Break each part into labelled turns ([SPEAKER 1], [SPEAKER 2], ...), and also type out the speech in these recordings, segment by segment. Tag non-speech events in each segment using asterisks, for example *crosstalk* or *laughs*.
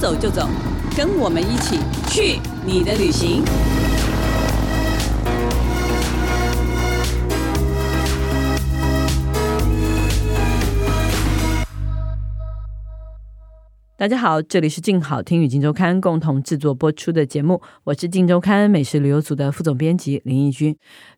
[SPEAKER 1] 走就走，跟我们一起去你的旅行。
[SPEAKER 2] 大家好，这里是静好听与静周刊共同制作播出的节目，我是静周刊美食旅游组的副总编辑林义君。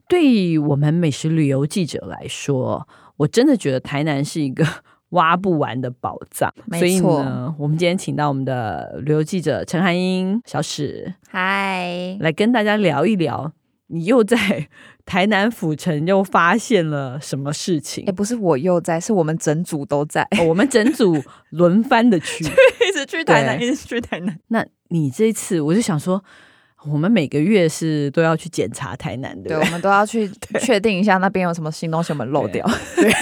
[SPEAKER 2] 对于我们美食旅游记者来说，我真的觉得台南是一个 *laughs* 挖不完的宝藏。
[SPEAKER 3] 没
[SPEAKER 2] 所以
[SPEAKER 3] 错
[SPEAKER 2] 呢，我们今天请到我们的旅游记者陈汉英、小史
[SPEAKER 3] 嗨，
[SPEAKER 2] 来跟大家聊一聊，你又在 *laughs* 台南府城又发现了什么事情
[SPEAKER 3] 哎、？不是我又在，是我们整组都在， *laughs*
[SPEAKER 2] 哦我们整组轮番的去。
[SPEAKER 3] 一直去台南，
[SPEAKER 2] 对
[SPEAKER 3] 一直去台南。
[SPEAKER 2] 那你这次，我就想说，我们每个月是都要去检查台南，对
[SPEAKER 3] 对，
[SPEAKER 2] 不
[SPEAKER 3] 我们都要 *laughs* 去确定一下那边有什么新东西我们漏掉。 *laughs*
[SPEAKER 2] 对？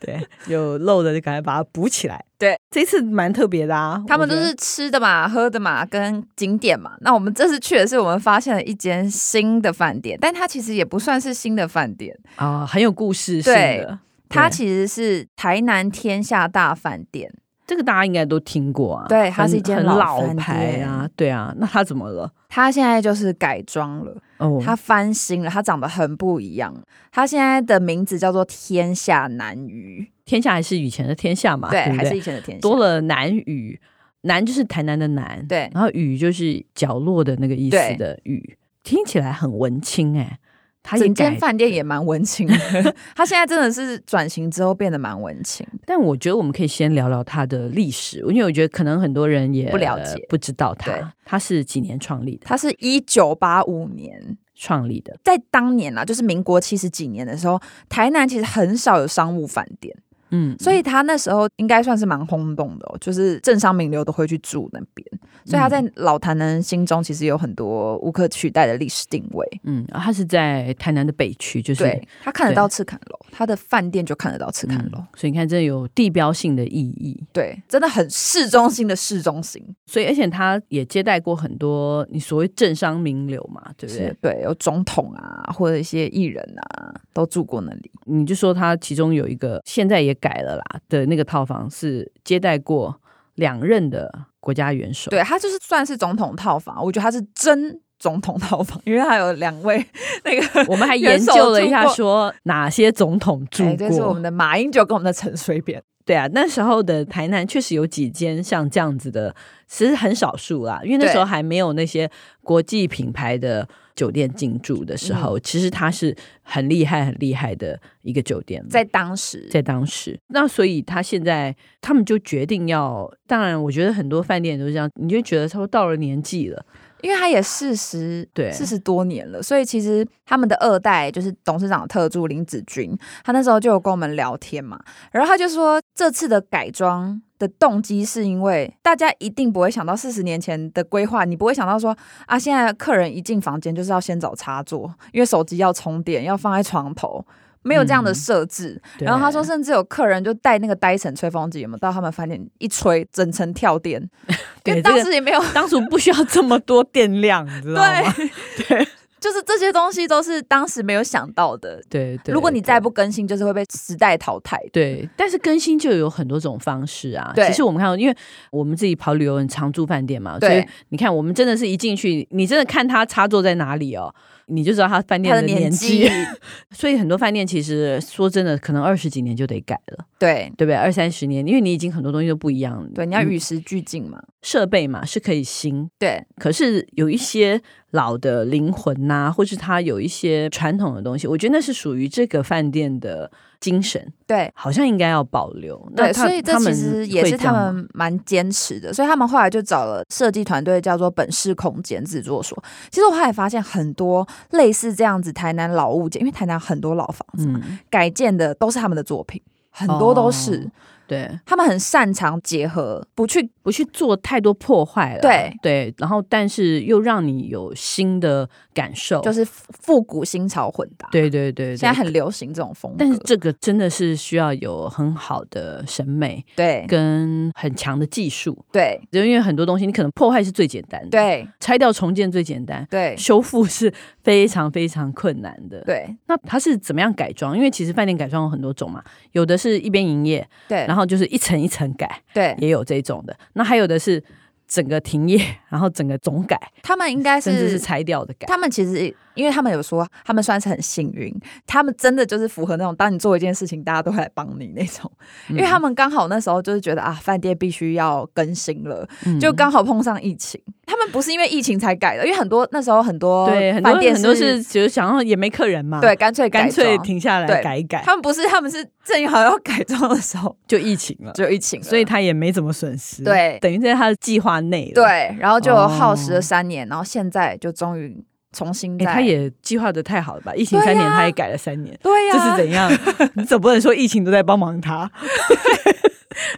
[SPEAKER 2] 对，有漏的就赶快把它补起来。
[SPEAKER 3] 对，
[SPEAKER 2] 这次蛮特别的啊，
[SPEAKER 3] 他们
[SPEAKER 2] 我
[SPEAKER 3] 都
[SPEAKER 2] 觉得
[SPEAKER 3] 是吃的嘛、喝的嘛、跟景点嘛。那我们这次去的是我们发现了一间新的饭店，但它其实也不算是新的饭店，
[SPEAKER 2] 啊、很有故事性
[SPEAKER 3] 对
[SPEAKER 2] 的。
[SPEAKER 3] 它
[SPEAKER 2] 对
[SPEAKER 3] 其实是台南天下大饭店。
[SPEAKER 2] 这个大家应该都听过啊，
[SPEAKER 3] 对它
[SPEAKER 2] 很
[SPEAKER 3] 是一间
[SPEAKER 2] 很
[SPEAKER 3] 老
[SPEAKER 2] 老
[SPEAKER 3] 饭
[SPEAKER 2] 牌啊，对啊。那它怎么了？
[SPEAKER 3] 它现在就是改装了，
[SPEAKER 2] 哦，
[SPEAKER 3] 它翻新了，它长得很不一样。它现在的名字叫做天下南鱼，
[SPEAKER 2] 天下还是以前的天下嘛，
[SPEAKER 3] 啊对，
[SPEAKER 2] 不
[SPEAKER 3] 还是
[SPEAKER 2] 对
[SPEAKER 3] 以前的天下
[SPEAKER 2] 多了南屿，南就是台南的南，
[SPEAKER 3] 对
[SPEAKER 2] 然后屿就是角落的那个意思
[SPEAKER 3] 对
[SPEAKER 2] 的屿，听起来很文青哎、它也
[SPEAKER 3] 整间
[SPEAKER 2] 改
[SPEAKER 3] 饭啊店也蛮文青的， *laughs* 他现在真的是转型之后变得蛮文青。
[SPEAKER 2] 但我觉得我们可以先聊聊它的历史，因为我觉得可能很多人也
[SPEAKER 3] 不了解
[SPEAKER 2] 不知道
[SPEAKER 3] 对
[SPEAKER 2] 它。它是几年创立的？
[SPEAKER 3] 他是一九八五年，
[SPEAKER 2] 创立的
[SPEAKER 3] 在当年啦，就是民国七十几年的时候，台南其实很少有商务饭店，
[SPEAKER 2] 嗯，
[SPEAKER 3] 所以他那时候应该算是蛮轰动的、哦，就是政商名流都会去住那边，所以他在
[SPEAKER 2] 嗯
[SPEAKER 3] 老台南人心中其实有很多无可取代的历史定位。
[SPEAKER 2] 嗯，它是在台南的北区，就是
[SPEAKER 3] 对他看得
[SPEAKER 2] 对
[SPEAKER 3] 到赤坎楼，他的饭店就看得到赤坎楼。
[SPEAKER 2] 嗯所以你看，这有地标性的意义。
[SPEAKER 3] 对，真的很市中心的市中心，
[SPEAKER 2] 所以，而且它也接待过很多你所谓政商名流嘛，对不对
[SPEAKER 3] 是？对，有总统啊，或者一些艺人啊，都住过那里。
[SPEAKER 2] 你就说它其中有一个现在也改了啦的那个套房是接待过两任的国家元首，
[SPEAKER 3] 对，他就是算是总统套房，我觉得他是真总统套房，因为他有两位 *laughs* 那个
[SPEAKER 2] 我们还研
[SPEAKER 3] 元首
[SPEAKER 2] 究了一下，
[SPEAKER 3] 住过
[SPEAKER 2] 说哪些总统住
[SPEAKER 3] 哎，
[SPEAKER 2] 过。
[SPEAKER 3] 这是我们的马英九跟我们的陈水扁，
[SPEAKER 2] 对啊，那时候的台南确实有几间像这样子的，其实很少数啦，因为那时候
[SPEAKER 3] 对
[SPEAKER 2] 还没有那些国际品牌的酒店进驻的
[SPEAKER 3] 嗯
[SPEAKER 2] 时候，其实它是很厉害、很厉害的一个酒店了。
[SPEAKER 3] 在当时，
[SPEAKER 2] 在当时，那所以他现在他们就决定要，当然我觉得很多饭店都是这样，你就觉得他说到了年纪了，
[SPEAKER 3] 因为他也四十
[SPEAKER 2] 对
[SPEAKER 3] 四十多年了，所以其实他们的二代就是董事长的特助林子君，他那时候就有跟我们聊天嘛，然后他就说这次的改装。的动机是因为大家一定不会想到四十年前的规划，你不会想到说啊，现在客人一进房间就是要先找插座，因为手机要充电，要放在床头，没有这样的
[SPEAKER 2] 嗯
[SPEAKER 3] 设置。
[SPEAKER 2] 对
[SPEAKER 3] 然后他说，甚至有客人就带那个戴森吹风机，有没有到他们饭店一吹，整层跳电，
[SPEAKER 2] *laughs*
[SPEAKER 3] 因
[SPEAKER 2] 对
[SPEAKER 3] 为
[SPEAKER 2] 这
[SPEAKER 3] 当
[SPEAKER 2] 个
[SPEAKER 3] 时也没有
[SPEAKER 2] 当初不需要这么多电量，你知道吗？ *laughs*
[SPEAKER 3] 对就是这些东西都是当时没有想到的。
[SPEAKER 2] 对对，
[SPEAKER 3] 如果你
[SPEAKER 2] 对
[SPEAKER 3] 再不更新，就是会被时代淘汰。，
[SPEAKER 2] 对，但是更新就有很多种方式啊。
[SPEAKER 3] 对
[SPEAKER 2] 其实我们看到，因为我们自己跑旅游，很常住饭店嘛，所以
[SPEAKER 3] 对
[SPEAKER 2] 你看，我们真的是一进去，你真的看它插座在哪里哦，你就知道它饭店
[SPEAKER 3] 他的
[SPEAKER 2] 年
[SPEAKER 3] 年纪，
[SPEAKER 2] *laughs* 所以很多饭店其实说真的，可能二十几年就得改了，
[SPEAKER 3] 对
[SPEAKER 2] 对不对？二三十年，因为你已经很多东西都不一样了。
[SPEAKER 3] 对，你要
[SPEAKER 2] 嗯
[SPEAKER 3] 与时俱进嘛。
[SPEAKER 2] 设备嘛是可以新，
[SPEAKER 3] 对，
[SPEAKER 2] 可是有一些老的灵魂呐、或是它有一些传统的东西，我觉得那是属于这个饭店的精神。
[SPEAKER 3] 对。
[SPEAKER 2] 好像应该要保留。那
[SPEAKER 3] 对，
[SPEAKER 2] 他
[SPEAKER 3] 所以这
[SPEAKER 2] 他们
[SPEAKER 3] 其实也
[SPEAKER 2] 会
[SPEAKER 3] 是
[SPEAKER 2] 这
[SPEAKER 3] 他
[SPEAKER 2] 样吗嗯
[SPEAKER 3] 们蛮坚持的，所以他们后来就找了设计团队，叫做本市空间制作所。其实我后来发现很多类似这样子台南老物件，因为台南很多老房子嘛、
[SPEAKER 2] 嗯，
[SPEAKER 3] 改建的都是他们的作品，很多都是、
[SPEAKER 2] 哦对，
[SPEAKER 3] 他们很擅长结合，不去
[SPEAKER 2] 不去做太多破坏了，
[SPEAKER 3] 对
[SPEAKER 2] 对，然后但是又让你有新的感受，
[SPEAKER 3] 就是是复古新潮混搭。
[SPEAKER 2] 对对对对
[SPEAKER 3] 现在很流行这种风格，
[SPEAKER 2] 但是这个真的是需要有很好的审美
[SPEAKER 3] 对
[SPEAKER 2] 跟很强的技术，
[SPEAKER 3] 对
[SPEAKER 2] 就因为很多东西你可能破坏是最简单的，，
[SPEAKER 3] 对
[SPEAKER 2] 拆掉重建最简单，
[SPEAKER 3] 对
[SPEAKER 2] 修复是非常非常困难的。，
[SPEAKER 3] 对
[SPEAKER 2] 那它是怎么样改装？因为其实饭店改装有很多种嘛，有的是一边营业，
[SPEAKER 3] 对，
[SPEAKER 2] 然后就是一层一层改，
[SPEAKER 3] 对
[SPEAKER 2] 也有这种的。那还有的是整个停业，然后整个总改，
[SPEAKER 3] 他们应该
[SPEAKER 2] 甚至是
[SPEAKER 3] 是
[SPEAKER 2] 拆掉的改。
[SPEAKER 3] 他们其实，因为他们有说，他们算是很幸运，他们真的就是符合那种，当你做一件事情，大家都会来帮你那种。因为他
[SPEAKER 2] 嗯
[SPEAKER 3] 们刚好那时候就是觉得啊，饭店必须要更新了，
[SPEAKER 2] 嗯
[SPEAKER 3] 就刚好碰上疫情。他们不是因为疫情才改的，因为很多那时候很多
[SPEAKER 2] 对很多
[SPEAKER 3] 哦饭店
[SPEAKER 2] 很多是觉得想要也没客人嘛，
[SPEAKER 3] 对，干脆改
[SPEAKER 2] 干脆
[SPEAKER 3] 装
[SPEAKER 2] 停下来
[SPEAKER 3] 对
[SPEAKER 2] 改一改，
[SPEAKER 3] 他们不是，他们是正好要改装的时候
[SPEAKER 2] *laughs* 就疫情了，
[SPEAKER 3] 就疫情了，
[SPEAKER 2] 所以他也没怎么损失，
[SPEAKER 3] 对
[SPEAKER 2] 等于在他的计划内了。
[SPEAKER 3] 对，然后就
[SPEAKER 2] 哦
[SPEAKER 3] 耗时了三年，然后现在就终于重新
[SPEAKER 2] 哎、
[SPEAKER 3] 再、
[SPEAKER 2] 他也计划的太好了吧？疫情
[SPEAKER 3] 对
[SPEAKER 2] 三年，
[SPEAKER 3] 呀
[SPEAKER 2] 他也改了三年，
[SPEAKER 3] 对呀、
[SPEAKER 2] 这是怎样？ *laughs* 你总不能说疫情都在帮忙他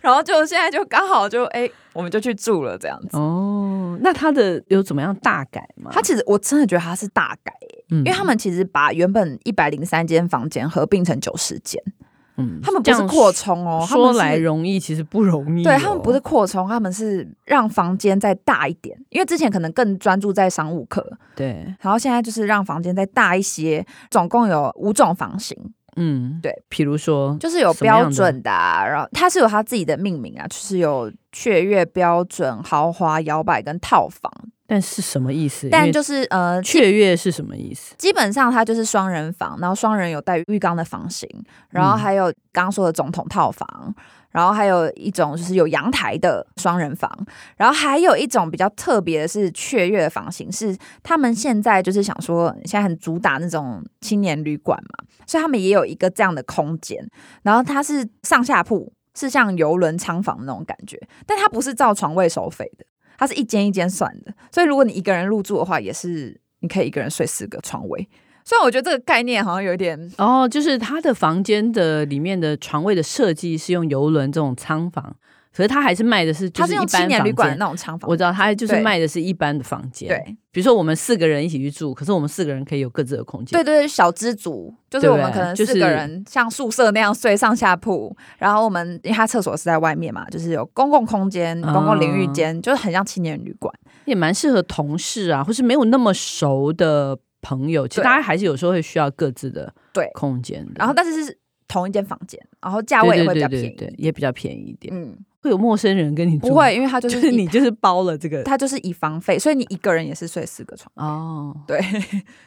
[SPEAKER 3] 然后就现在就刚好就哎、我们就去住了这样子。
[SPEAKER 2] 哦？那他的有怎么样大改吗？
[SPEAKER 3] 他其实我真的觉得他是大改，
[SPEAKER 2] 嗯，因
[SPEAKER 3] 因为他们其实把原本一百零三间房间合并成九十间，
[SPEAKER 2] 嗯
[SPEAKER 3] 他们不
[SPEAKER 2] 这
[SPEAKER 3] 是
[SPEAKER 2] 样
[SPEAKER 3] 扩充哦，他们
[SPEAKER 2] 说
[SPEAKER 3] 是
[SPEAKER 2] 来容易，其实不容易、哦
[SPEAKER 3] 对他们不是，扩充，他们是让房间再大一点，因为之前可能更专注在商务客，
[SPEAKER 2] 对，
[SPEAKER 3] 然后现在就是让房间再大一些，总共有五种房型，
[SPEAKER 2] 嗯，
[SPEAKER 3] 对，
[SPEAKER 2] 比如说，
[SPEAKER 3] 就是有
[SPEAKER 2] 什么样
[SPEAKER 3] 标
[SPEAKER 2] 的
[SPEAKER 3] 准的、啊，然后它是有它自己的命名啊，就是有雀跃标准、豪华摇摆跟套房，
[SPEAKER 2] 但是什么意思？因
[SPEAKER 3] 但
[SPEAKER 2] 为
[SPEAKER 3] 就是呃，
[SPEAKER 2] 雀跃是什么意思？
[SPEAKER 3] 基本上它就是双人房，然后双人有带浴缸的房型，然后还有刚刚说的总统套房，然后还有一种就是有阳台的双人房，然后还有一种比较特别的是雀跃的房型，是他们现在就是想说现在很主打那种青年旅馆嘛，所以他们也有一个这样的空间，然后它是上下铺，是像游轮舱房那种感觉，但它不是照床位收费的。它是一间一间算的，所以如果你一个人入住的话，也是你可以一个人睡四个床位。虽然我觉得这个概念好像有一点
[SPEAKER 2] 哦，就是他的房间的里面的床位的设计是用游轮这种舱房，可是他还是卖的是就
[SPEAKER 3] 它
[SPEAKER 2] 是
[SPEAKER 3] 是
[SPEAKER 2] 一般
[SPEAKER 3] 用青年
[SPEAKER 2] 房
[SPEAKER 3] 旅馆的
[SPEAKER 2] 间
[SPEAKER 3] 那种长房，
[SPEAKER 2] 我知道他就是
[SPEAKER 3] 对
[SPEAKER 2] 卖的是一般的房间。
[SPEAKER 3] 对
[SPEAKER 2] 比如说我们四个人一起去住，可是我们四个人可以有各自的空间。
[SPEAKER 3] 对对对，小知足，就是
[SPEAKER 2] 对不
[SPEAKER 3] 我
[SPEAKER 2] 对
[SPEAKER 3] 们可能
[SPEAKER 2] 就
[SPEAKER 3] 四
[SPEAKER 2] 是
[SPEAKER 3] 个人像宿舍那样睡上下铺，然后我们因为它厕所是在外面嘛，就是有公共空间、公共淋
[SPEAKER 2] 嗯
[SPEAKER 3] 浴间，就是很像青年旅馆。
[SPEAKER 2] 也蛮适合同事啊，或是没有那么熟的朋友，其实
[SPEAKER 3] 对
[SPEAKER 2] 大家还是有时候会需要各自的
[SPEAKER 3] 对
[SPEAKER 2] 空间的。
[SPEAKER 3] 然后但是是同一间房间，然后价位
[SPEAKER 2] 对
[SPEAKER 3] 也会
[SPEAKER 2] 对对
[SPEAKER 3] 比较便宜。
[SPEAKER 2] 对对，也比较便宜一点。
[SPEAKER 3] 嗯，
[SPEAKER 2] 会有陌生人跟你住 *laughs*
[SPEAKER 3] 不会，因为它就
[SPEAKER 2] 吗，
[SPEAKER 3] 是
[SPEAKER 2] 就是
[SPEAKER 3] 以
[SPEAKER 2] 你就是包了这个
[SPEAKER 3] 它就是以房费，所以你一个人也是睡四个床。
[SPEAKER 2] 哦。
[SPEAKER 3] 对，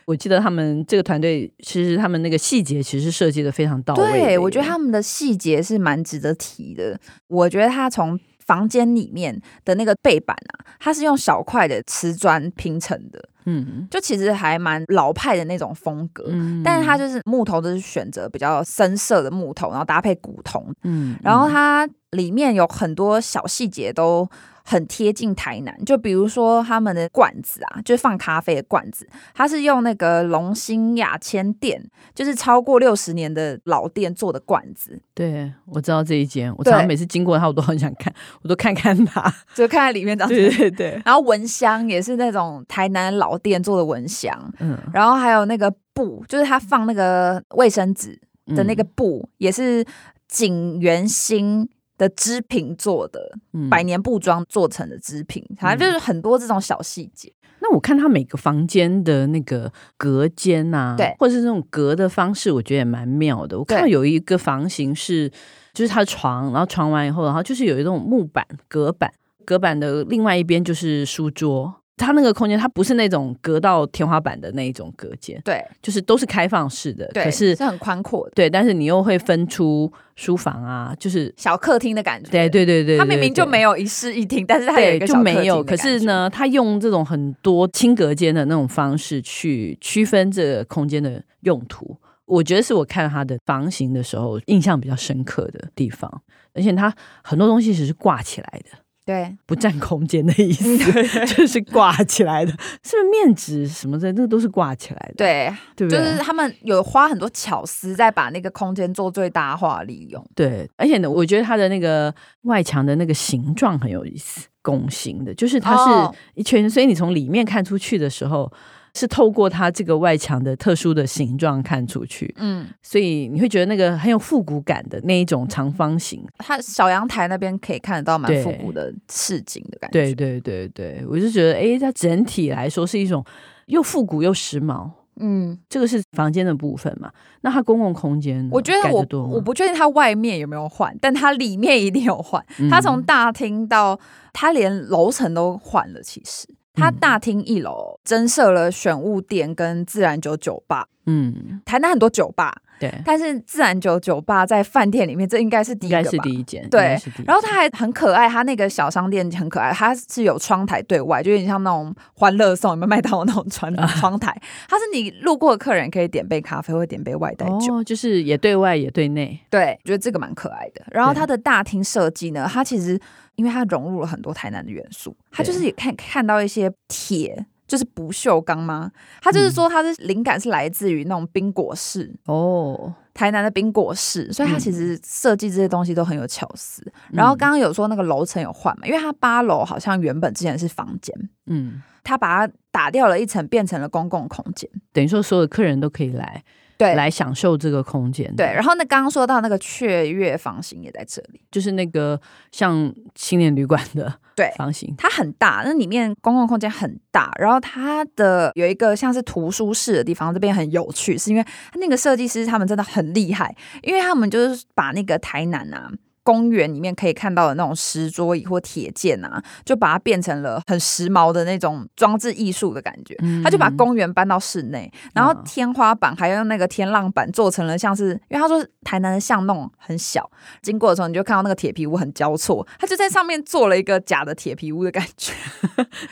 [SPEAKER 2] 我记得他们这个团队，其实他们那个细节其实设计的非常到位的耶。
[SPEAKER 3] 对，我觉得他们的细节是蛮值得提的。我觉得他从房间里面的那个背板啊，它是用小块的瓷砖拼成的，
[SPEAKER 2] 嗯
[SPEAKER 3] 就其实还蛮老派的那种风格。
[SPEAKER 2] 嗯
[SPEAKER 3] 但是它就是木头，就是选择比较深色的木头，然后搭配古铜，
[SPEAKER 2] 嗯，
[SPEAKER 3] 然后它里面有很多小细节都很贴近台南，就比如说他们的罐子啊，就是放咖啡的罐子，它是用那个龙兴雅千店，就是超过六十年的老店做的罐子，
[SPEAKER 2] 对我知道这一间，我
[SPEAKER 3] 对
[SPEAKER 2] 常常每次经过它，我都很想看，我都看看
[SPEAKER 3] *laughs*
[SPEAKER 2] 它。
[SPEAKER 3] 就看在里面长什么
[SPEAKER 2] 对对对，
[SPEAKER 3] 然后蚊香也是那种台南老店做的蚊香，
[SPEAKER 2] *laughs* 嗯
[SPEAKER 3] 然后还有那个布，就是他放那个卫生纸
[SPEAKER 2] 嗯
[SPEAKER 3] 的那个布，也是景元兴的织品做的，
[SPEAKER 2] 嗯
[SPEAKER 3] 百年布庄做成的织品，反正就是很多这种小细节。
[SPEAKER 2] 那我看它每个房间的那个隔间呐、
[SPEAKER 3] 对
[SPEAKER 2] 或者是那种隔的方式，我觉得也蛮妙的。我看到
[SPEAKER 3] 对
[SPEAKER 2] 有一个房型是，就是它的床，然后床完以后，然后就是有一种木板隔板，隔板的另外一边就是书桌。它那个空间，它不是那种隔到天花板的那一种隔间，
[SPEAKER 3] 对
[SPEAKER 2] 就是都是开放式的。
[SPEAKER 3] 对，
[SPEAKER 2] 可是
[SPEAKER 3] 是很宽阔的
[SPEAKER 2] 对，但是你又会分出书房啊，就是
[SPEAKER 3] 小客厅的感觉。
[SPEAKER 2] 对对对对，
[SPEAKER 3] 它明明就
[SPEAKER 2] 对
[SPEAKER 3] 没有一室一厅，但是它有
[SPEAKER 2] 对，
[SPEAKER 3] 一个
[SPEAKER 2] 就
[SPEAKER 3] 小客
[SPEAKER 2] 没
[SPEAKER 3] 厅
[SPEAKER 2] 有。
[SPEAKER 3] 的
[SPEAKER 2] 可是
[SPEAKER 3] 感觉，
[SPEAKER 2] 呢，他用这种很多轻隔间的那种方式去区分这个空间的用途，我觉得是我看他的房型的时候印象比较深刻的地方。而且它很多东西其实是挂起来的，
[SPEAKER 3] 对
[SPEAKER 2] 不占空间的意
[SPEAKER 3] *laughs*
[SPEAKER 2] 思，就是挂起来的，是不是面纸什么的，那个都是挂起来的，
[SPEAKER 3] 对，
[SPEAKER 2] 对不
[SPEAKER 3] 就
[SPEAKER 2] 对？
[SPEAKER 3] 是他们有花很多巧思在把那个空间做最大化利用。
[SPEAKER 2] 对，而且呢，我觉得它的那个外墙的那个形状很有意思，拱形的，就是它
[SPEAKER 3] 哦
[SPEAKER 2] 是一圈，所以你从里面看出去的时候，是透过它这个外墙的特殊的形状看出去，
[SPEAKER 3] 嗯，
[SPEAKER 2] 所以你会觉得那个很有复古感的那一种长方形。
[SPEAKER 3] 它小阳台那边可以看得到蛮
[SPEAKER 2] 对
[SPEAKER 3] 复古的市井的感觉。
[SPEAKER 2] 对对对对，我就觉得，哎，它整体来说是一种又复古又时髦，
[SPEAKER 3] 嗯，
[SPEAKER 2] 这个是房间的部分嘛？那它公共空间呢，
[SPEAKER 3] 我觉得
[SPEAKER 2] 改
[SPEAKER 3] 我
[SPEAKER 2] 多吗
[SPEAKER 3] 我不确定它外面有没有换，但它里面一定有换。
[SPEAKER 2] 嗯
[SPEAKER 3] 它从大厅到它连楼层都换了，其实。
[SPEAKER 2] 嗯
[SPEAKER 3] 它大厅一楼增设了选物店跟自然酒酒吧，
[SPEAKER 2] 嗯，
[SPEAKER 3] 台南很多酒吧，
[SPEAKER 2] 对，
[SPEAKER 3] 但是自然酒酒吧在饭店里面，这应该是第
[SPEAKER 2] 应该
[SPEAKER 3] 一个吧
[SPEAKER 2] 是第一间，
[SPEAKER 3] 对
[SPEAKER 2] 应该是第一间
[SPEAKER 3] 然后它还很可爱，它那个小商店很可爱，它是有窗台对外，就有点像那种欢乐颂，有没有麦当劳那种
[SPEAKER 2] *laughs*
[SPEAKER 3] 窗窗台？它是你路过的客人可以点杯咖啡或点杯外带酒。
[SPEAKER 2] 哦，就是也对外也对内，
[SPEAKER 3] 对，觉得这个蛮可爱的。然后
[SPEAKER 2] 对
[SPEAKER 3] 它的大厅设计呢，它其实因为它融入了很多台南的元素，它就是也看看到一些铁。就是不锈钢吗？它
[SPEAKER 2] 嗯
[SPEAKER 3] 就是说，它的灵感是来自于那种冰果室，
[SPEAKER 2] 哦，
[SPEAKER 3] 台南的冰果室，所以它
[SPEAKER 2] 嗯
[SPEAKER 3] 其实设计这些东西都很有巧思。然后刚刚有说那个楼层有换嘛，因为它八楼好像原本之前是房间，
[SPEAKER 2] 嗯，
[SPEAKER 3] 它把它打掉了一层，变成了公共空间。
[SPEAKER 2] 等于说所有客人都可以来
[SPEAKER 3] 对
[SPEAKER 2] 来享受这个空间，
[SPEAKER 3] 对，，然后那刚刚说到那个雀跃房型也在这里，
[SPEAKER 2] 就是那个像青年旅馆的
[SPEAKER 3] 对
[SPEAKER 2] 房型，
[SPEAKER 3] 它很大，那里面公共空间很大，然后它的有一个像是图书室的地方，这边很有趣，是因为它那个设计师他们真的很厉害，因为他们就是把那个台南啊。公园里面可以看到的那种石桌椅或铁件啊，就把它变成了很时髦的那种装置艺术的感觉。
[SPEAKER 2] 嗯
[SPEAKER 3] 他就把公园搬到室内，然后
[SPEAKER 2] 嗯
[SPEAKER 3] 天花板还用那个天浪板做成了像是，因为他说台南的巷弄很小，经过的时候你就看到那个铁皮屋很交错，他就在上面做了一个假的铁皮屋的感
[SPEAKER 2] *laughs*
[SPEAKER 3] 觉。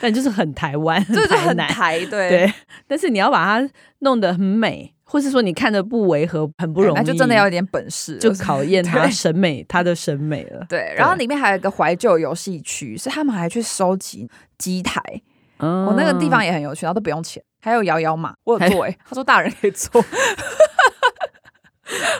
[SPEAKER 2] 但就是很台湾，
[SPEAKER 3] 对对，
[SPEAKER 2] 台
[SPEAKER 3] 很
[SPEAKER 2] 南
[SPEAKER 3] 台，对
[SPEAKER 2] 对，但是你要把它弄得很美，或是说你看着不违和，很不
[SPEAKER 3] 对
[SPEAKER 2] 容易，
[SPEAKER 3] 哎那就真的要有点本事，
[SPEAKER 2] 就是考验他
[SPEAKER 3] 对
[SPEAKER 2] 审美，他的审美了。
[SPEAKER 3] 对。然后里面还有一个怀旧游戏区，是他们还去收集机台，
[SPEAKER 2] 嗯
[SPEAKER 3] *laughs* 我、那个地方也很有趣，然后都不用钱。还有摇摇马，我有做
[SPEAKER 2] *laughs*
[SPEAKER 3] 哎、他说大人可以做，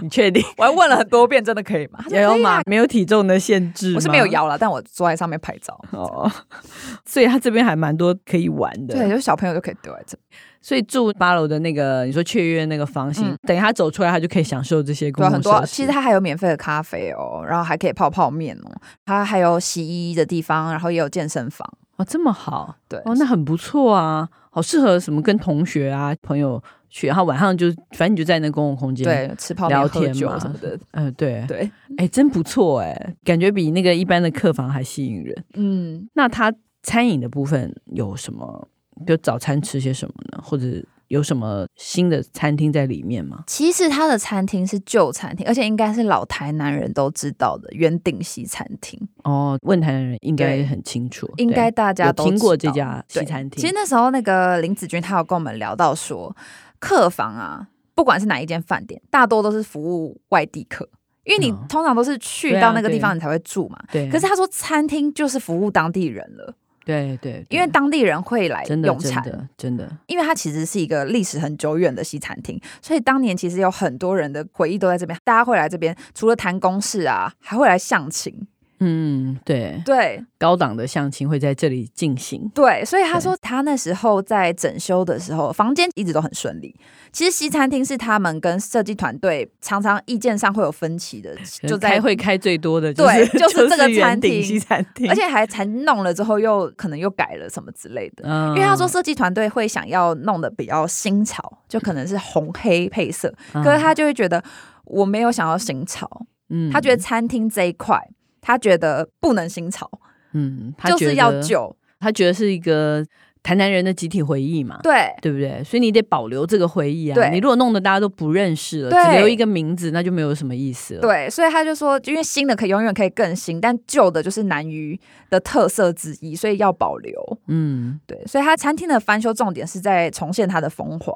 [SPEAKER 2] 你确定
[SPEAKER 3] 我还问了很多遍，真的可以吗？他说
[SPEAKER 2] *laughs* 摇摇
[SPEAKER 3] 可以啊
[SPEAKER 2] 马没有体重的限制吗？
[SPEAKER 3] 我是没有摇了，但我坐在上面拍照。
[SPEAKER 2] 哦， *laughs* 所以他这边还蛮多可以玩的。
[SPEAKER 3] 对，，就小朋友就可以丢在这，
[SPEAKER 2] 所以住八楼的那个你说雀跃那个房型，
[SPEAKER 3] 嗯
[SPEAKER 2] 等一下走出来，他就可以享受这些公
[SPEAKER 3] 对啊，
[SPEAKER 2] 共
[SPEAKER 3] 很多。
[SPEAKER 2] 设施
[SPEAKER 3] 其实它还有免费的咖啡哦，然后还可以泡泡面哦，它还有洗衣的地方，然后也有健身房。
[SPEAKER 2] 哦这么好
[SPEAKER 3] 对，
[SPEAKER 2] 哦，那很不错啊，好适合什么跟同学啊朋友去，然后晚上就反正你就在那公共空间。，
[SPEAKER 3] 对，吃泡面、
[SPEAKER 2] 聊
[SPEAKER 3] 喝
[SPEAKER 2] 天
[SPEAKER 3] 酒
[SPEAKER 2] 嘛
[SPEAKER 3] 什么
[SPEAKER 2] *laughs*
[SPEAKER 3] 的。
[SPEAKER 2] 嗯、对，
[SPEAKER 3] 对，
[SPEAKER 2] 哎、真不错哎、感觉比那个一般的客房还吸引人。
[SPEAKER 3] 嗯，
[SPEAKER 2] 那它餐饮的部分有什么？比如早餐吃些什么呢？或者有什么新的餐厅在里面吗？
[SPEAKER 3] 其实它的餐厅是旧餐厅，而且应该是老台南人都知道的圆顶西餐厅，
[SPEAKER 2] 哦，问台的人应该
[SPEAKER 3] 对
[SPEAKER 2] 很清楚，
[SPEAKER 3] 应该大家
[SPEAKER 2] 有
[SPEAKER 3] 都知道
[SPEAKER 2] 听过这家西
[SPEAKER 3] 对
[SPEAKER 2] 餐厅
[SPEAKER 3] 其实那时候那个林子君他有跟我们聊到说，客房啊，不管是哪一间饭店，大多都是服务外地客，因为你
[SPEAKER 2] 嗯
[SPEAKER 3] 通常都是去
[SPEAKER 2] 对啊
[SPEAKER 3] 到那个
[SPEAKER 2] 对
[SPEAKER 3] 地方你才会住嘛。
[SPEAKER 2] 对。
[SPEAKER 3] 可是他说餐厅就是服务当地人了，
[SPEAKER 2] 对对，对啊
[SPEAKER 3] 因为当地人会来
[SPEAKER 2] 真的
[SPEAKER 3] 用
[SPEAKER 2] 真
[SPEAKER 3] 餐，
[SPEAKER 2] 的真的，
[SPEAKER 3] 因为它其实是一个历史很久远的西餐厅，所以当年其实有很多人的回忆都在这边。大家会来这边，除了谈公事啊，还会来相亲。
[SPEAKER 2] 嗯，对，
[SPEAKER 3] 对
[SPEAKER 2] 高档的相亲会在这里进行。
[SPEAKER 3] 对，所以他说他那时候在整修的时候，房间一直都很顺利。其实西餐厅是他们跟设计团队常常意见上会有分歧的，
[SPEAKER 2] 可
[SPEAKER 3] 就
[SPEAKER 2] 能呃开
[SPEAKER 3] 在。
[SPEAKER 2] 会开最多的就
[SPEAKER 3] 对
[SPEAKER 2] 是
[SPEAKER 3] 就是这个
[SPEAKER 2] 圆
[SPEAKER 3] 餐
[SPEAKER 2] 顶
[SPEAKER 3] 厅
[SPEAKER 2] 西餐厅，
[SPEAKER 3] 而且还才弄了之后又可能又改了什么之类的，
[SPEAKER 2] 嗯，
[SPEAKER 3] 因为他说设计团队会想要弄得比较新潮，就可能是红黑配色，
[SPEAKER 2] 嗯，
[SPEAKER 3] 可是他就会觉得我没有想要新潮，
[SPEAKER 2] 嗯
[SPEAKER 3] 他觉得餐厅这一块，他觉得不能新潮，
[SPEAKER 2] 嗯，他
[SPEAKER 3] 就
[SPEAKER 2] 觉
[SPEAKER 3] 是要
[SPEAKER 2] 得
[SPEAKER 3] 旧。
[SPEAKER 2] 他觉得是一个台南人的集体回忆嘛，
[SPEAKER 3] 对
[SPEAKER 2] 对不对？所以你得保留这个回忆啊。
[SPEAKER 3] 对
[SPEAKER 2] 你如果弄得大家都不认识了，
[SPEAKER 3] 对
[SPEAKER 2] 只留一个名字，那就没有什么意思了。，
[SPEAKER 3] 对，所以他就说，因为新的可以永远可以更新，但旧的就是南鱼的特色之一，所以要保留。
[SPEAKER 2] 嗯，
[SPEAKER 3] 对，所以他餐厅的翻修重点是在重现它的风华。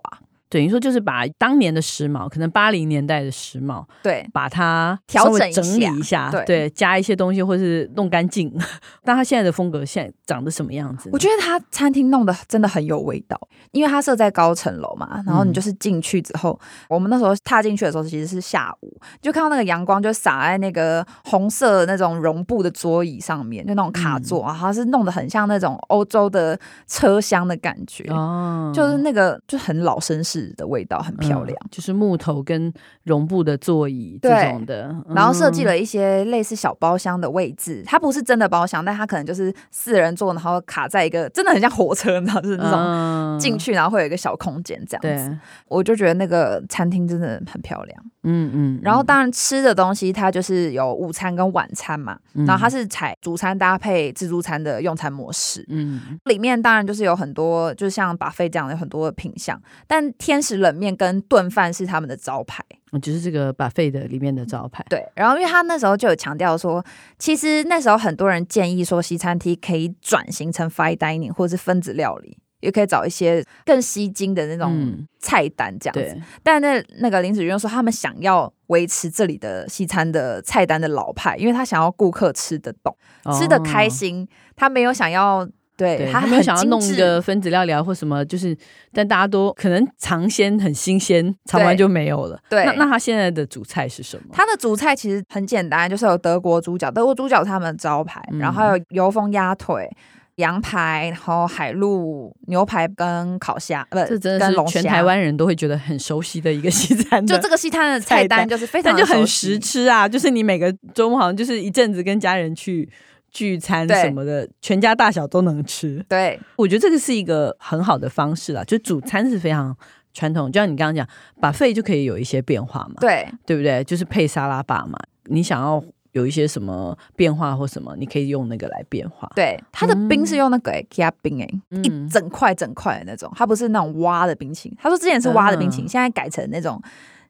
[SPEAKER 2] 等于说就是把当年的时髦，可能八零年代的时髦，
[SPEAKER 3] 对
[SPEAKER 2] 把它
[SPEAKER 3] 调
[SPEAKER 2] 稍微
[SPEAKER 3] 整一
[SPEAKER 2] 整理一下，
[SPEAKER 3] 下对
[SPEAKER 2] 加一些东西或是弄干净。 *laughs* 但它现在的风格现在长得什么样子呢？
[SPEAKER 3] 我觉得他餐厅弄得真的很有味道，因为它设在高层楼嘛，然后你就是进去之后，我们那时候踏进去的时候其实是下午，你就看到那个阳光就洒在那个红色那种绒布的桌椅上面，就那种卡座，然后它是弄得很像那种欧洲的车厢的感觉。
[SPEAKER 2] 哦，
[SPEAKER 3] 就是那个就很老绅士式的味道，很漂亮。
[SPEAKER 2] 嗯就是木头跟绒布的座椅这
[SPEAKER 3] 对
[SPEAKER 2] 种的，
[SPEAKER 3] 然后设计
[SPEAKER 2] 嗯
[SPEAKER 3] 了一些类似小包厢的位置，它不是真的包厢，但它可能就是四人座，然后卡在一个真的很像火车，你知道，就是那种
[SPEAKER 2] 嗯
[SPEAKER 3] 进去然后会有一个小空间这样
[SPEAKER 2] 对，
[SPEAKER 3] 子。
[SPEAKER 2] 嗯
[SPEAKER 3] 我就觉得那个餐厅真的很漂亮。
[SPEAKER 2] 嗯嗯，
[SPEAKER 3] 然后当然吃的东西，它就是有午餐跟晚餐嘛，
[SPEAKER 2] 嗯
[SPEAKER 3] 然后它是采主餐搭配自助餐的用餐模式。
[SPEAKER 2] 嗯
[SPEAKER 3] 里面当然就是有很多，就像巴菲这样的很多的品相，但天使冷面跟炖饭是他们的招牌。
[SPEAKER 2] 嗯，就是这个 buffet 的里面的招牌，
[SPEAKER 3] 对，然后因为他那时候就有强调说，其实那时候很多人建议说，西餐厅可以转型成 fine dining 或是分子料理，也可以找一些更吸睛的那种
[SPEAKER 2] 嗯
[SPEAKER 3] 菜单这样子。
[SPEAKER 2] 对，
[SPEAKER 3] 但那那个林子君说，他们想要维持这里的西餐的菜单的老派，因为他想要顾客吃得懂、吃得开
[SPEAKER 2] 哦。
[SPEAKER 3] 心，他没有想要对
[SPEAKER 2] 对他没有
[SPEAKER 3] 很
[SPEAKER 2] 想要
[SPEAKER 3] 精
[SPEAKER 2] 弄
[SPEAKER 3] 致
[SPEAKER 2] 一个分子料理啊或什么，就是但大家都可能尝鲜很新鲜，尝完
[SPEAKER 3] 对
[SPEAKER 2] 就没有了。
[SPEAKER 3] 对
[SPEAKER 2] 那那他现在的主菜是什么？
[SPEAKER 3] 它的主菜其实很简单，就是有德国猪脚，德国猪脚是他们的招牌，
[SPEAKER 2] 嗯
[SPEAKER 3] 然后还有油封鸭腿、羊排，然后海陆牛排跟烤虾，不，
[SPEAKER 2] 这真的
[SPEAKER 3] 跟
[SPEAKER 2] 是
[SPEAKER 3] 龙
[SPEAKER 2] 全
[SPEAKER 3] 虾
[SPEAKER 2] 台。湾人都会觉得很熟悉的一个西餐
[SPEAKER 3] 就
[SPEAKER 2] 的
[SPEAKER 3] 这个西餐的菜
[SPEAKER 2] 菜
[SPEAKER 3] 单
[SPEAKER 2] 单
[SPEAKER 3] 就是非常
[SPEAKER 2] 但
[SPEAKER 3] 的
[SPEAKER 2] 就很
[SPEAKER 3] 熟
[SPEAKER 2] 实
[SPEAKER 3] 悉，
[SPEAKER 2] 吃啊，就是你每个周末好像就是一阵子跟家人去聚餐
[SPEAKER 3] 对
[SPEAKER 2] 什么的，全家大小都能吃。
[SPEAKER 3] 对
[SPEAKER 2] 我觉得这个是一个很好的方式啦，就主餐是非常传统，就像你刚刚讲，把费就可以有一些变化嘛，
[SPEAKER 3] 对
[SPEAKER 2] 对不对？就是配沙拉吧嘛，你想要有一些什么变化或什么，你可以用那个来变化。
[SPEAKER 3] 对，它的冰是用那个 k i 冰哎、一
[SPEAKER 2] 嗯
[SPEAKER 3] 整块整块的那种，它不是那种挖的冰淇淋。他说之前是挖的冰淇淋，
[SPEAKER 2] 嗯
[SPEAKER 3] 现在改成那种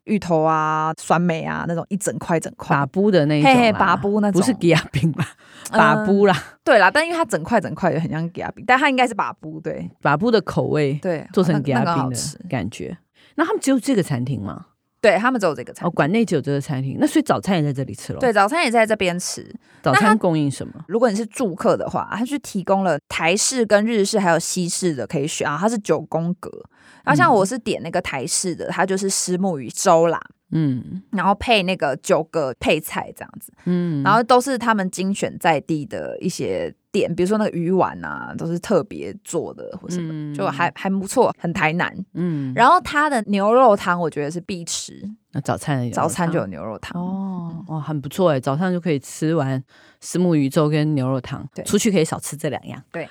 [SPEAKER 3] 芋头啊、酸梅啊那种一整块整块
[SPEAKER 2] 把。布的那一种啦，
[SPEAKER 3] 嘿嘿，拔布那种
[SPEAKER 2] 不是吉亚饼吧？把
[SPEAKER 3] 嗯
[SPEAKER 2] 布啦，
[SPEAKER 3] 对啦，但因为它整块整块的，很像给阿饼，但它应该是把布，对
[SPEAKER 2] 把布的口味
[SPEAKER 3] 对，
[SPEAKER 2] 做成
[SPEAKER 3] 那
[SPEAKER 2] 给亚
[SPEAKER 3] 那个
[SPEAKER 2] 饼
[SPEAKER 3] 好
[SPEAKER 2] 的
[SPEAKER 3] 吃。
[SPEAKER 2] 感觉。那他们只有这个餐厅吗？
[SPEAKER 3] 对他们只有这个餐
[SPEAKER 2] 哦，，馆内只有这个餐厅，那所以早餐也在这里吃了。
[SPEAKER 3] 对，，早餐也在这边吃。
[SPEAKER 2] 早
[SPEAKER 3] 那它
[SPEAKER 2] 餐供应什么？
[SPEAKER 3] 如果你是住客的话，它是提供了台式跟日式还有西式的可以选啊，它是九宫格。然后像
[SPEAKER 2] 嗯
[SPEAKER 3] 我是点那个台式的，它就是石木鱼粥啦，
[SPEAKER 2] 嗯
[SPEAKER 3] 然后配那个九个配菜这样子，
[SPEAKER 2] 嗯，
[SPEAKER 3] 然后都是他们精选在地的一些店，比如说那个鱼丸啊，都是特别做的或什么，
[SPEAKER 2] 嗯
[SPEAKER 3] 就还还不错，很台南。
[SPEAKER 2] 嗯，
[SPEAKER 3] 然后它的牛肉汤我觉得是必吃，
[SPEAKER 2] 那早餐也有
[SPEAKER 3] 早餐就有
[SPEAKER 2] 汤
[SPEAKER 3] 牛肉汤。
[SPEAKER 2] 哦哦，很不错哎，早上就可以吃完石木鱼粥跟牛肉汤
[SPEAKER 3] 对，
[SPEAKER 2] 出去可以少吃这两样。
[SPEAKER 3] 哎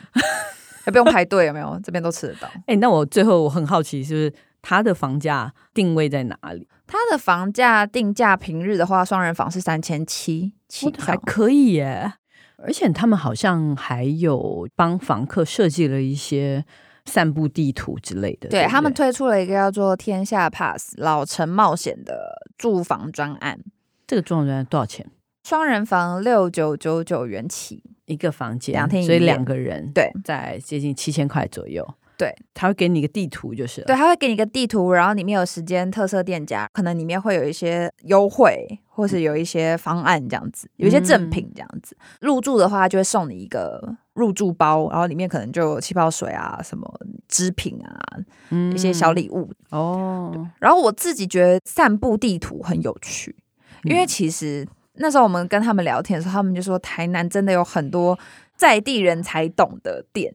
[SPEAKER 3] 也不用排队，有没有？这边都吃得 *laughs* 到。
[SPEAKER 2] 哎，那我最后我很好奇，是不是它的房价定位在哪里？
[SPEAKER 3] 它的房价定价平日的话，双人房是三千七起
[SPEAKER 2] 还
[SPEAKER 3] 跳。
[SPEAKER 2] 可以耶，
[SPEAKER 3] 呃
[SPEAKER 2] 而且他们好像还有帮房客设计了一些散步地图之类的。
[SPEAKER 3] 对
[SPEAKER 2] 对不
[SPEAKER 3] 他们
[SPEAKER 2] 对
[SPEAKER 3] 推出了一个叫做“天下 Pass 老城冒险”的住房专案，
[SPEAKER 2] 这个状元多少钱？
[SPEAKER 3] 双人房六九九九元起。
[SPEAKER 2] 一个房间，
[SPEAKER 3] 两天一
[SPEAKER 2] 所以
[SPEAKER 3] 夜
[SPEAKER 2] 两个人
[SPEAKER 3] 对
[SPEAKER 2] 在接近七千块左右。
[SPEAKER 3] 对，
[SPEAKER 2] 他会给你一个地图，就是了
[SPEAKER 3] 对，他会给你一个地图，然后里面有时间特色店家，可能里面会有一些优惠，或是有一些方案这样子，有一些赠品这样子。入住的话，就会送你一个入住包，然后里面可能就有气泡水啊、什么织品啊、
[SPEAKER 2] 嗯
[SPEAKER 3] 一些小礼物
[SPEAKER 2] 哦，
[SPEAKER 3] 嗯然后我自己觉得散步地图很有趣，因为其实那时候我们跟他们聊天的时候，他们就说台南真的有很多在地人才懂的店，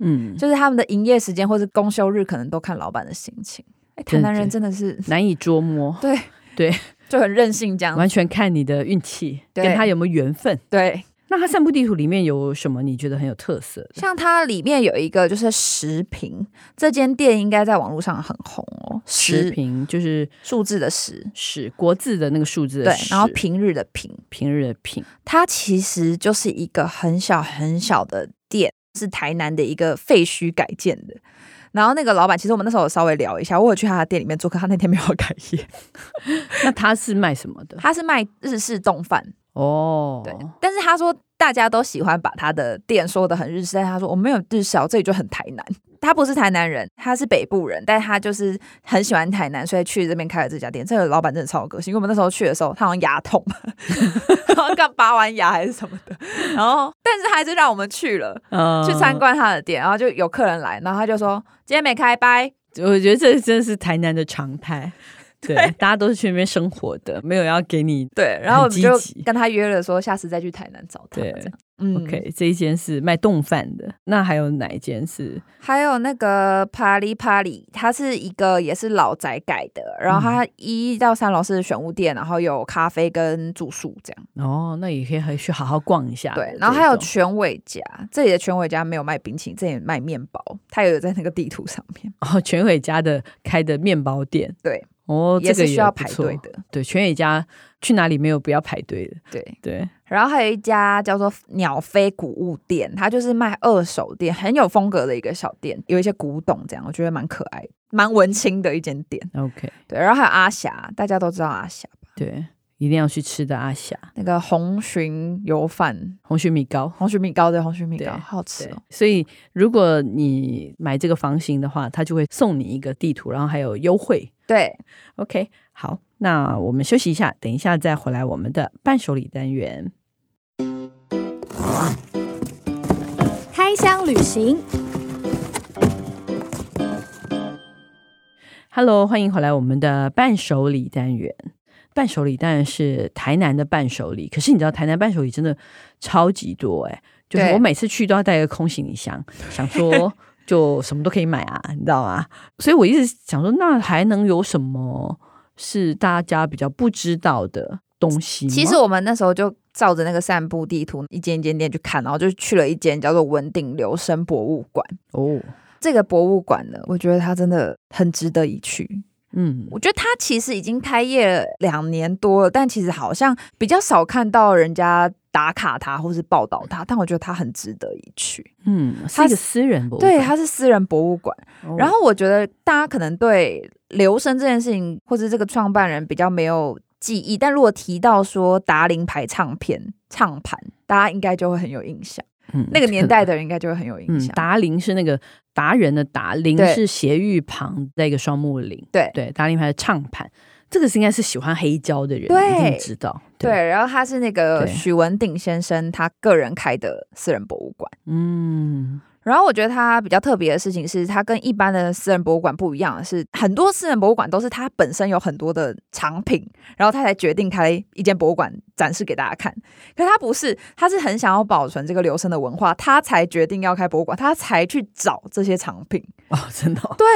[SPEAKER 2] 嗯，
[SPEAKER 3] 就是他们的营业时间或是公休日，可能都看老板的心情。哎，台
[SPEAKER 2] 真的
[SPEAKER 3] 南人真的是
[SPEAKER 2] 难以捉摸，
[SPEAKER 3] 对
[SPEAKER 2] 对，
[SPEAKER 3] 就很任性这样子。
[SPEAKER 2] 完全看你的运气，
[SPEAKER 3] 对
[SPEAKER 2] 跟他有没有缘分。
[SPEAKER 3] 对，
[SPEAKER 2] 那他散步地图里面有什么你觉得很有特色的？
[SPEAKER 3] 像它里面有一个就是食品，这间店应该在网络上很红哦，
[SPEAKER 2] 食
[SPEAKER 3] 食
[SPEAKER 2] 平就是
[SPEAKER 3] 数字的食，
[SPEAKER 2] 史国字的那个数字
[SPEAKER 3] 对
[SPEAKER 2] 的史，，
[SPEAKER 3] 然后平日的平。
[SPEAKER 2] 平日的平，
[SPEAKER 3] 它其实就是一个很小很小的店，是台南的一个废墟改建的。然后那个老板，其实我们那时候有稍微聊一下，我有去他的店里面做客，他那天没有要开业，
[SPEAKER 2] 那他是卖什么的？
[SPEAKER 3] 他是卖日式冻饭，
[SPEAKER 2] 哦，
[SPEAKER 3] 对。但是他说大家都喜欢把他的店说的很日式，但他说我没有日式啊，我这里就很台南。他不是台南人，他是北部人，但他就是很喜欢台南，所以去这边开了这家店。这个老板真的超有个性，因为我们那时候去的时候，他好像牙痛， *laughs* 然后刚拔完牙还是什么的，然后但是他还是让我们去了。
[SPEAKER 2] 呃
[SPEAKER 3] 去参，观他的店，然后就有客人来，然后他就说今天没开，拜。
[SPEAKER 2] 我觉得这真的是台南的常
[SPEAKER 3] *laughs*
[SPEAKER 2] 态。对，大家都是去那边生活的，没有要给你
[SPEAKER 3] 对，然后我们就
[SPEAKER 2] 积极
[SPEAKER 3] 跟他约了说下次再去台南找他。这
[SPEAKER 2] 对
[SPEAKER 3] 样，嗯
[SPEAKER 2] OK，这一间是卖冻饭的，那还有哪一间是？
[SPEAKER 3] 还有那个帕里帕里，它是一个也是老宅改的，然后
[SPEAKER 2] 嗯
[SPEAKER 3] 它一到三楼是选物店，然后有咖啡跟住宿这样。
[SPEAKER 2] 哦，那也可以回去好好逛一下。
[SPEAKER 3] 对，然后还有
[SPEAKER 2] 啊这种
[SPEAKER 3] 全伟家，这里的全伟家没有卖冰淇淋，这里卖面包，它也有在那个地图上面，
[SPEAKER 2] 哦，全伟家的开的面包店，
[SPEAKER 3] 对，
[SPEAKER 2] 哦，这
[SPEAKER 3] 也
[SPEAKER 2] 个
[SPEAKER 3] 是需要
[SPEAKER 2] 不
[SPEAKER 3] 排
[SPEAKER 2] 错
[SPEAKER 3] 队。的。
[SPEAKER 2] 对，全伟家去哪里没有不要排队的？
[SPEAKER 3] 对，
[SPEAKER 2] 对，
[SPEAKER 3] 然后还有一家叫做鸟飞古物店，它就是卖二手店，很有风格的一个小店，有一些古董这样，我觉得蛮可爱、蛮文青的一间店。
[SPEAKER 2] OK，
[SPEAKER 3] 对，然后还有阿霞，大家都知道阿霞吧？
[SPEAKER 2] 对，一定要去吃的阿霞
[SPEAKER 3] 那个红鲟油饭，
[SPEAKER 2] 红曲米糕。
[SPEAKER 3] 红曲米糕对，红曲米
[SPEAKER 2] 对
[SPEAKER 3] 糕好好吃
[SPEAKER 2] 对
[SPEAKER 3] 哦。，
[SPEAKER 2] 所以如果你买这个房型的话，他就会送你一个地图，然后还有优惠。
[SPEAKER 3] 对，
[SPEAKER 2] OK，好，那我们休息一下，等一下再回来我们的伴手礼单元。
[SPEAKER 4] 开箱旅行，
[SPEAKER 2] Hello，欢迎回来我们的伴手礼单元。伴手礼当然是台南的伴手礼，可是你知道台南伴手礼真的超级多哎、就是
[SPEAKER 3] 对
[SPEAKER 2] 我每次去都要带一个空行李箱，想
[SPEAKER 4] *laughs*
[SPEAKER 2] 说就什么都可以买啊，你知道吗？所以我一直想说，那还能有什么是大家比较不知道的东西吗？
[SPEAKER 3] 其实我们那时候就照着那个散步地图，一间一间店去看，然后就去了一间叫做文鼎留声博物馆。
[SPEAKER 2] 哦，
[SPEAKER 3] 这个博物馆呢，我觉得它真的很值得一去。
[SPEAKER 2] 嗯，
[SPEAKER 3] 我觉得它其实已经开业了两年多了，但其实好像比较少看到人家打卡它或是报道它，但我觉得它很值得一去。
[SPEAKER 2] 嗯，是
[SPEAKER 3] 它
[SPEAKER 2] 一个
[SPEAKER 3] 是
[SPEAKER 2] 私人博物
[SPEAKER 3] 对，
[SPEAKER 2] 馆
[SPEAKER 3] 它是私人博物馆。
[SPEAKER 2] 哦
[SPEAKER 3] 然后我觉得大家可能对留声这件事情，或者这个创办人比较没有记忆，但如果提到说达令牌唱片唱盘，大家应该就会很有印象。
[SPEAKER 2] 嗯
[SPEAKER 3] 那个年
[SPEAKER 2] 可
[SPEAKER 3] 代的人应该就会很有印
[SPEAKER 2] 嗯，
[SPEAKER 3] 象。
[SPEAKER 2] 达林是那个达人的达，林
[SPEAKER 3] 对
[SPEAKER 2] 是斜玉旁那个双木林。
[SPEAKER 3] 对
[SPEAKER 2] 对，达林牌的唱盘，这个是应该是喜欢黑胶的人
[SPEAKER 3] 对
[SPEAKER 2] 一定知道。
[SPEAKER 3] 对，然后他是那个
[SPEAKER 2] 对
[SPEAKER 3] 许文鼎先生他个人开的私人博物馆。
[SPEAKER 2] 嗯，
[SPEAKER 3] 然后我觉得它比较特别的事情是，它跟一般的私人博物馆不一样的是，很多私人博物馆都是它本身有很多的藏品，然后它才决定开一间博物馆展示给大家看。可是它不是，它是很想要保存这个留声的文化，它才决定要开博物馆，它才去找这些藏品。
[SPEAKER 2] 哦，真的哦、
[SPEAKER 3] 对，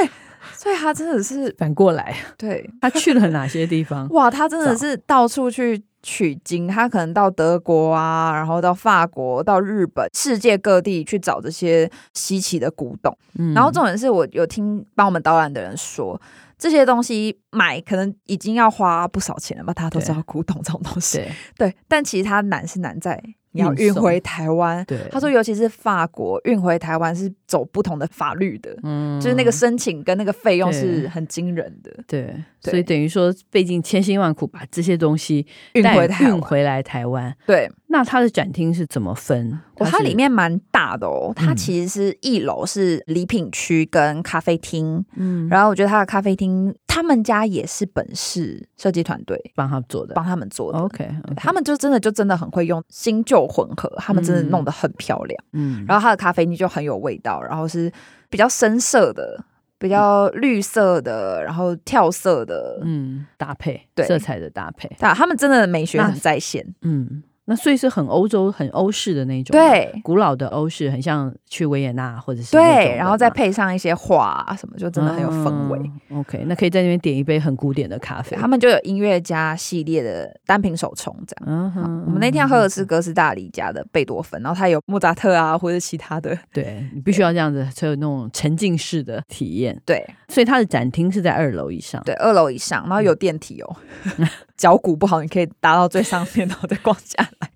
[SPEAKER 3] 所以它真
[SPEAKER 2] *laughs*
[SPEAKER 3] 的是
[SPEAKER 2] 反过来，
[SPEAKER 3] 对，
[SPEAKER 2] 他去了哪些地方？
[SPEAKER 3] 哇，他真的
[SPEAKER 2] 找
[SPEAKER 3] 是到处去取经，他可能到德国啊，然后到法国、到日本，世界各地去找这些稀奇的古董。
[SPEAKER 2] 嗯
[SPEAKER 3] *laughs* 然后重点是我有听帮我们导览的人说，这些东西买可能已经要花不少钱了吧？大家都知道古董这种东西，
[SPEAKER 2] 对
[SPEAKER 3] 对。但其实它难是难在你要
[SPEAKER 2] 运
[SPEAKER 3] 运
[SPEAKER 2] 送
[SPEAKER 3] 回台湾。
[SPEAKER 2] 对，
[SPEAKER 3] 他说，尤其是法国运回台湾是走不同的法律的，
[SPEAKER 2] 嗯
[SPEAKER 3] 就是那个申请跟那个费用
[SPEAKER 2] 对
[SPEAKER 3] 是很惊人的。
[SPEAKER 2] 对，
[SPEAKER 3] 对
[SPEAKER 2] 所以等于说费尽千辛万苦把这些东西
[SPEAKER 3] 运
[SPEAKER 2] 带
[SPEAKER 3] 回台
[SPEAKER 2] 运
[SPEAKER 3] 湾，
[SPEAKER 2] 回来台湾。
[SPEAKER 3] 对，
[SPEAKER 2] 那它的展厅是怎么分？
[SPEAKER 3] 哇，它
[SPEAKER 2] 是
[SPEAKER 3] 里面蛮大的哦。它
[SPEAKER 2] 嗯
[SPEAKER 3] 其实是一楼是礼品区跟咖啡厅，
[SPEAKER 2] 嗯，
[SPEAKER 3] 然后我觉得它的咖啡厅，他们家也是本市设计团队
[SPEAKER 2] 帮他做的。
[SPEAKER 3] 帮他们做的。
[SPEAKER 2] OK，
[SPEAKER 3] 他们就真的就真的很会用新旧混合，他们真的
[SPEAKER 2] 嗯
[SPEAKER 3] 弄得很漂亮。
[SPEAKER 2] 嗯，
[SPEAKER 3] 然后它的咖啡厅就很有味道，然后是比较深色的、比较绿色的，然后跳色的。
[SPEAKER 2] 嗯，搭配
[SPEAKER 3] 对
[SPEAKER 2] 色彩的搭配，
[SPEAKER 3] 但他们真的美学
[SPEAKER 2] 那
[SPEAKER 3] 很在线。
[SPEAKER 2] 嗯，那所以是很欧洲、很欧式的那种，，
[SPEAKER 3] 对
[SPEAKER 2] 古老的欧式，很像去维也纳或者是那种
[SPEAKER 3] 对，
[SPEAKER 2] 的
[SPEAKER 3] 然后再
[SPEAKER 2] 嘛
[SPEAKER 3] 配上一些画啊什么，就真的很有氛围。
[SPEAKER 2] 嗯 OK，那可以在那边点一杯很古典的咖啡。
[SPEAKER 3] 对他们就有音乐家系列的单品手冲这样。
[SPEAKER 2] 嗯
[SPEAKER 3] 嗯
[SPEAKER 2] 哼，
[SPEAKER 3] 我们那天喝的是
[SPEAKER 2] 嗯
[SPEAKER 3] 哥斯达黎加的贝多芬，然后它有莫扎特啊，或者其他的。
[SPEAKER 2] 对你必须要这样子，才有那种沉浸式的体验。
[SPEAKER 3] 对
[SPEAKER 2] 所以它的展厅是在二楼以上。
[SPEAKER 3] 对，二楼以上，然后有
[SPEAKER 2] 嗯
[SPEAKER 3] 电梯哦。 *laughs* 脚骨不好，你可以达到最上面，然后再逛下 *laughs* 来。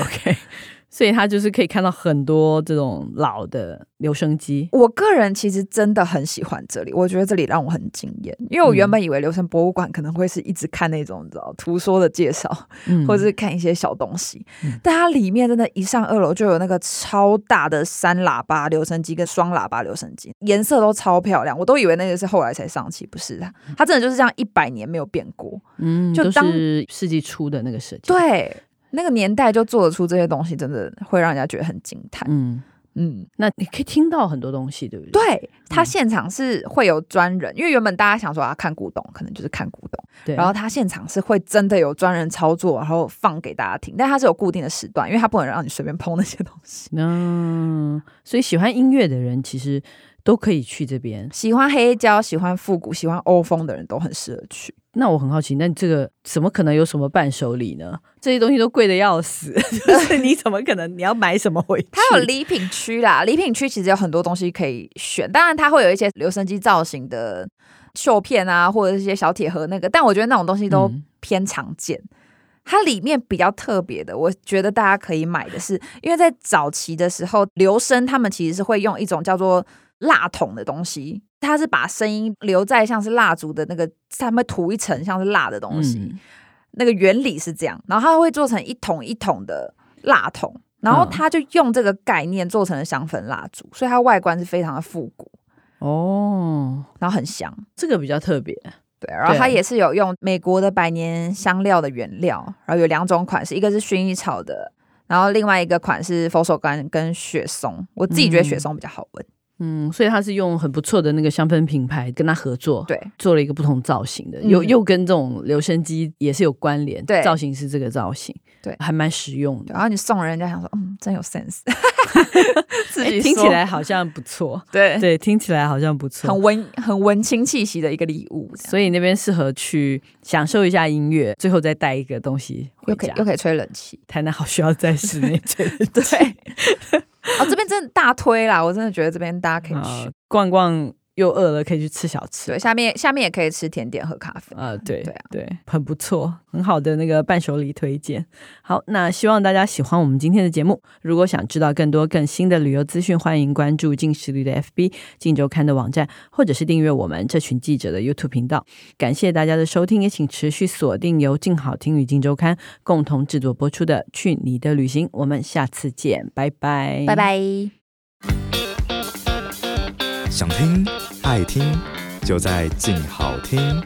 [SPEAKER 2] ，OK，所以它就是可以看到很多这种老的留声机。
[SPEAKER 3] 我个人其实真的很喜欢这里，我觉得这里让我很惊艳，因为我
[SPEAKER 2] 嗯
[SPEAKER 3] 原本以为留声博物馆可能会是一直看那种你知道图说的介绍，
[SPEAKER 2] 嗯
[SPEAKER 3] 或者是看一些小东西。
[SPEAKER 2] 嗯
[SPEAKER 3] 但它里面真的，一上二楼就有那个超大的三喇叭留声机跟双喇叭留声机，颜色都超漂亮。我都以为那个是后来才上漆，不是它，它真的就是这样一百年没有变过。
[SPEAKER 2] 嗯，
[SPEAKER 3] 就
[SPEAKER 2] 都
[SPEAKER 3] 当
[SPEAKER 2] 是世纪初的那个设计。，
[SPEAKER 3] 对，那个年代就做得出这些东西，真的会让人家觉得很惊叹。
[SPEAKER 2] 嗯，
[SPEAKER 3] 嗯，
[SPEAKER 2] 那你可以听到很多东西，对不对？
[SPEAKER 3] 对，他现场是会有专人，因为原本大家想说啊，看古董可能就是看古董，
[SPEAKER 2] 对，
[SPEAKER 3] 然后他现场是会真的有专人操作，然后放给大家听，但他是有固定的时段，因为他不能让你随便碰那些东西。
[SPEAKER 2] 嗯，所以喜欢音乐的人其实都可以去这边。
[SPEAKER 3] *laughs* 喜欢黑胶、喜欢复古、喜欢欧风的人都很适合去。
[SPEAKER 2] 那我很好奇，那这个怎么可能有什么伴手礼呢？这些东西都贵的要死， *laughs* 就是你怎么可能你要买什么回去？
[SPEAKER 3] 它有礼品区啦，礼品区其实有很多东西可以选，当然它会有一些留声机造型的绣片啊，或者是一些小铁盒那个，但我觉得那种东西都
[SPEAKER 2] 嗯
[SPEAKER 3] 偏常见。它里面比较特别的，我觉得大家可以买的是，因为在早期的时候，留声他们其实是会用一种叫做蜡筒的东西，它是把声音留在像是蜡烛的那个，他们涂一层像是蜡的东西，
[SPEAKER 2] 嗯
[SPEAKER 3] 那个原理是这样，然后它会做成一桶一桶的蜡筒，然后
[SPEAKER 2] 嗯
[SPEAKER 3] 它就用这个概念做成了香氛蜡烛，所以它外观是非常的复古，
[SPEAKER 2] 哦，
[SPEAKER 3] 然后很香。
[SPEAKER 2] 这个比较特别。
[SPEAKER 3] 对，然后它
[SPEAKER 2] 对
[SPEAKER 3] 也是有用美国的百年香料的原料，然后有两种款式，一个是薰衣草的，然后另外一个款是佛手柑跟雪松。我自己觉得雪松比较好闻。
[SPEAKER 2] 嗯，所以他是用很不错的那个香氛品牌跟他合作，
[SPEAKER 3] 对，
[SPEAKER 2] 做了一个不同造型的，有
[SPEAKER 3] 嗯
[SPEAKER 2] 又跟这种留声机也是有关联，
[SPEAKER 3] 对
[SPEAKER 2] 造型是这个造型，
[SPEAKER 3] 对
[SPEAKER 2] 还蛮实用的
[SPEAKER 3] 然。后你送人家想说，嗯，真有
[SPEAKER 2] *laughs*
[SPEAKER 3] sense，自己
[SPEAKER 2] 诶哎听
[SPEAKER 3] 说
[SPEAKER 2] 起来好像不错，
[SPEAKER 3] 对，
[SPEAKER 2] *laughs* 对，听起来好像不错
[SPEAKER 3] 很。文很文青气息的一个礼物，这样
[SPEAKER 2] 所以那边适合去享受一下音乐，最后再带一个东西回
[SPEAKER 3] 又可以
[SPEAKER 2] 家。
[SPEAKER 3] 又可以吹冷气。
[SPEAKER 2] 台南好需要在室内吹冷气
[SPEAKER 3] *laughs* 对，哦，这边真的大推啦！我真的觉得这边大家可以去
[SPEAKER 2] 啊。逛逛又饿了，可以去吃小吃
[SPEAKER 3] 对，。下面下面也可以吃甜点、喝咖啡。
[SPEAKER 2] 啊、对
[SPEAKER 3] 对啊
[SPEAKER 2] 对，很不错，很好的那个伴手礼推荐。好，那希望大家喜欢我们今天的节目。如果想知道更多更新的旅游资讯，欢迎关注近时旅的 FB、近周刊的网站，或者是订阅我们这群记者的 YouTube 频道。感谢大家的收听，也请持续锁定由静好听与静周刊共同制作播出的《去你的旅行》，我们下次见，拜拜，
[SPEAKER 3] 拜。拜。
[SPEAKER 5] 想听爱听，就在静好听。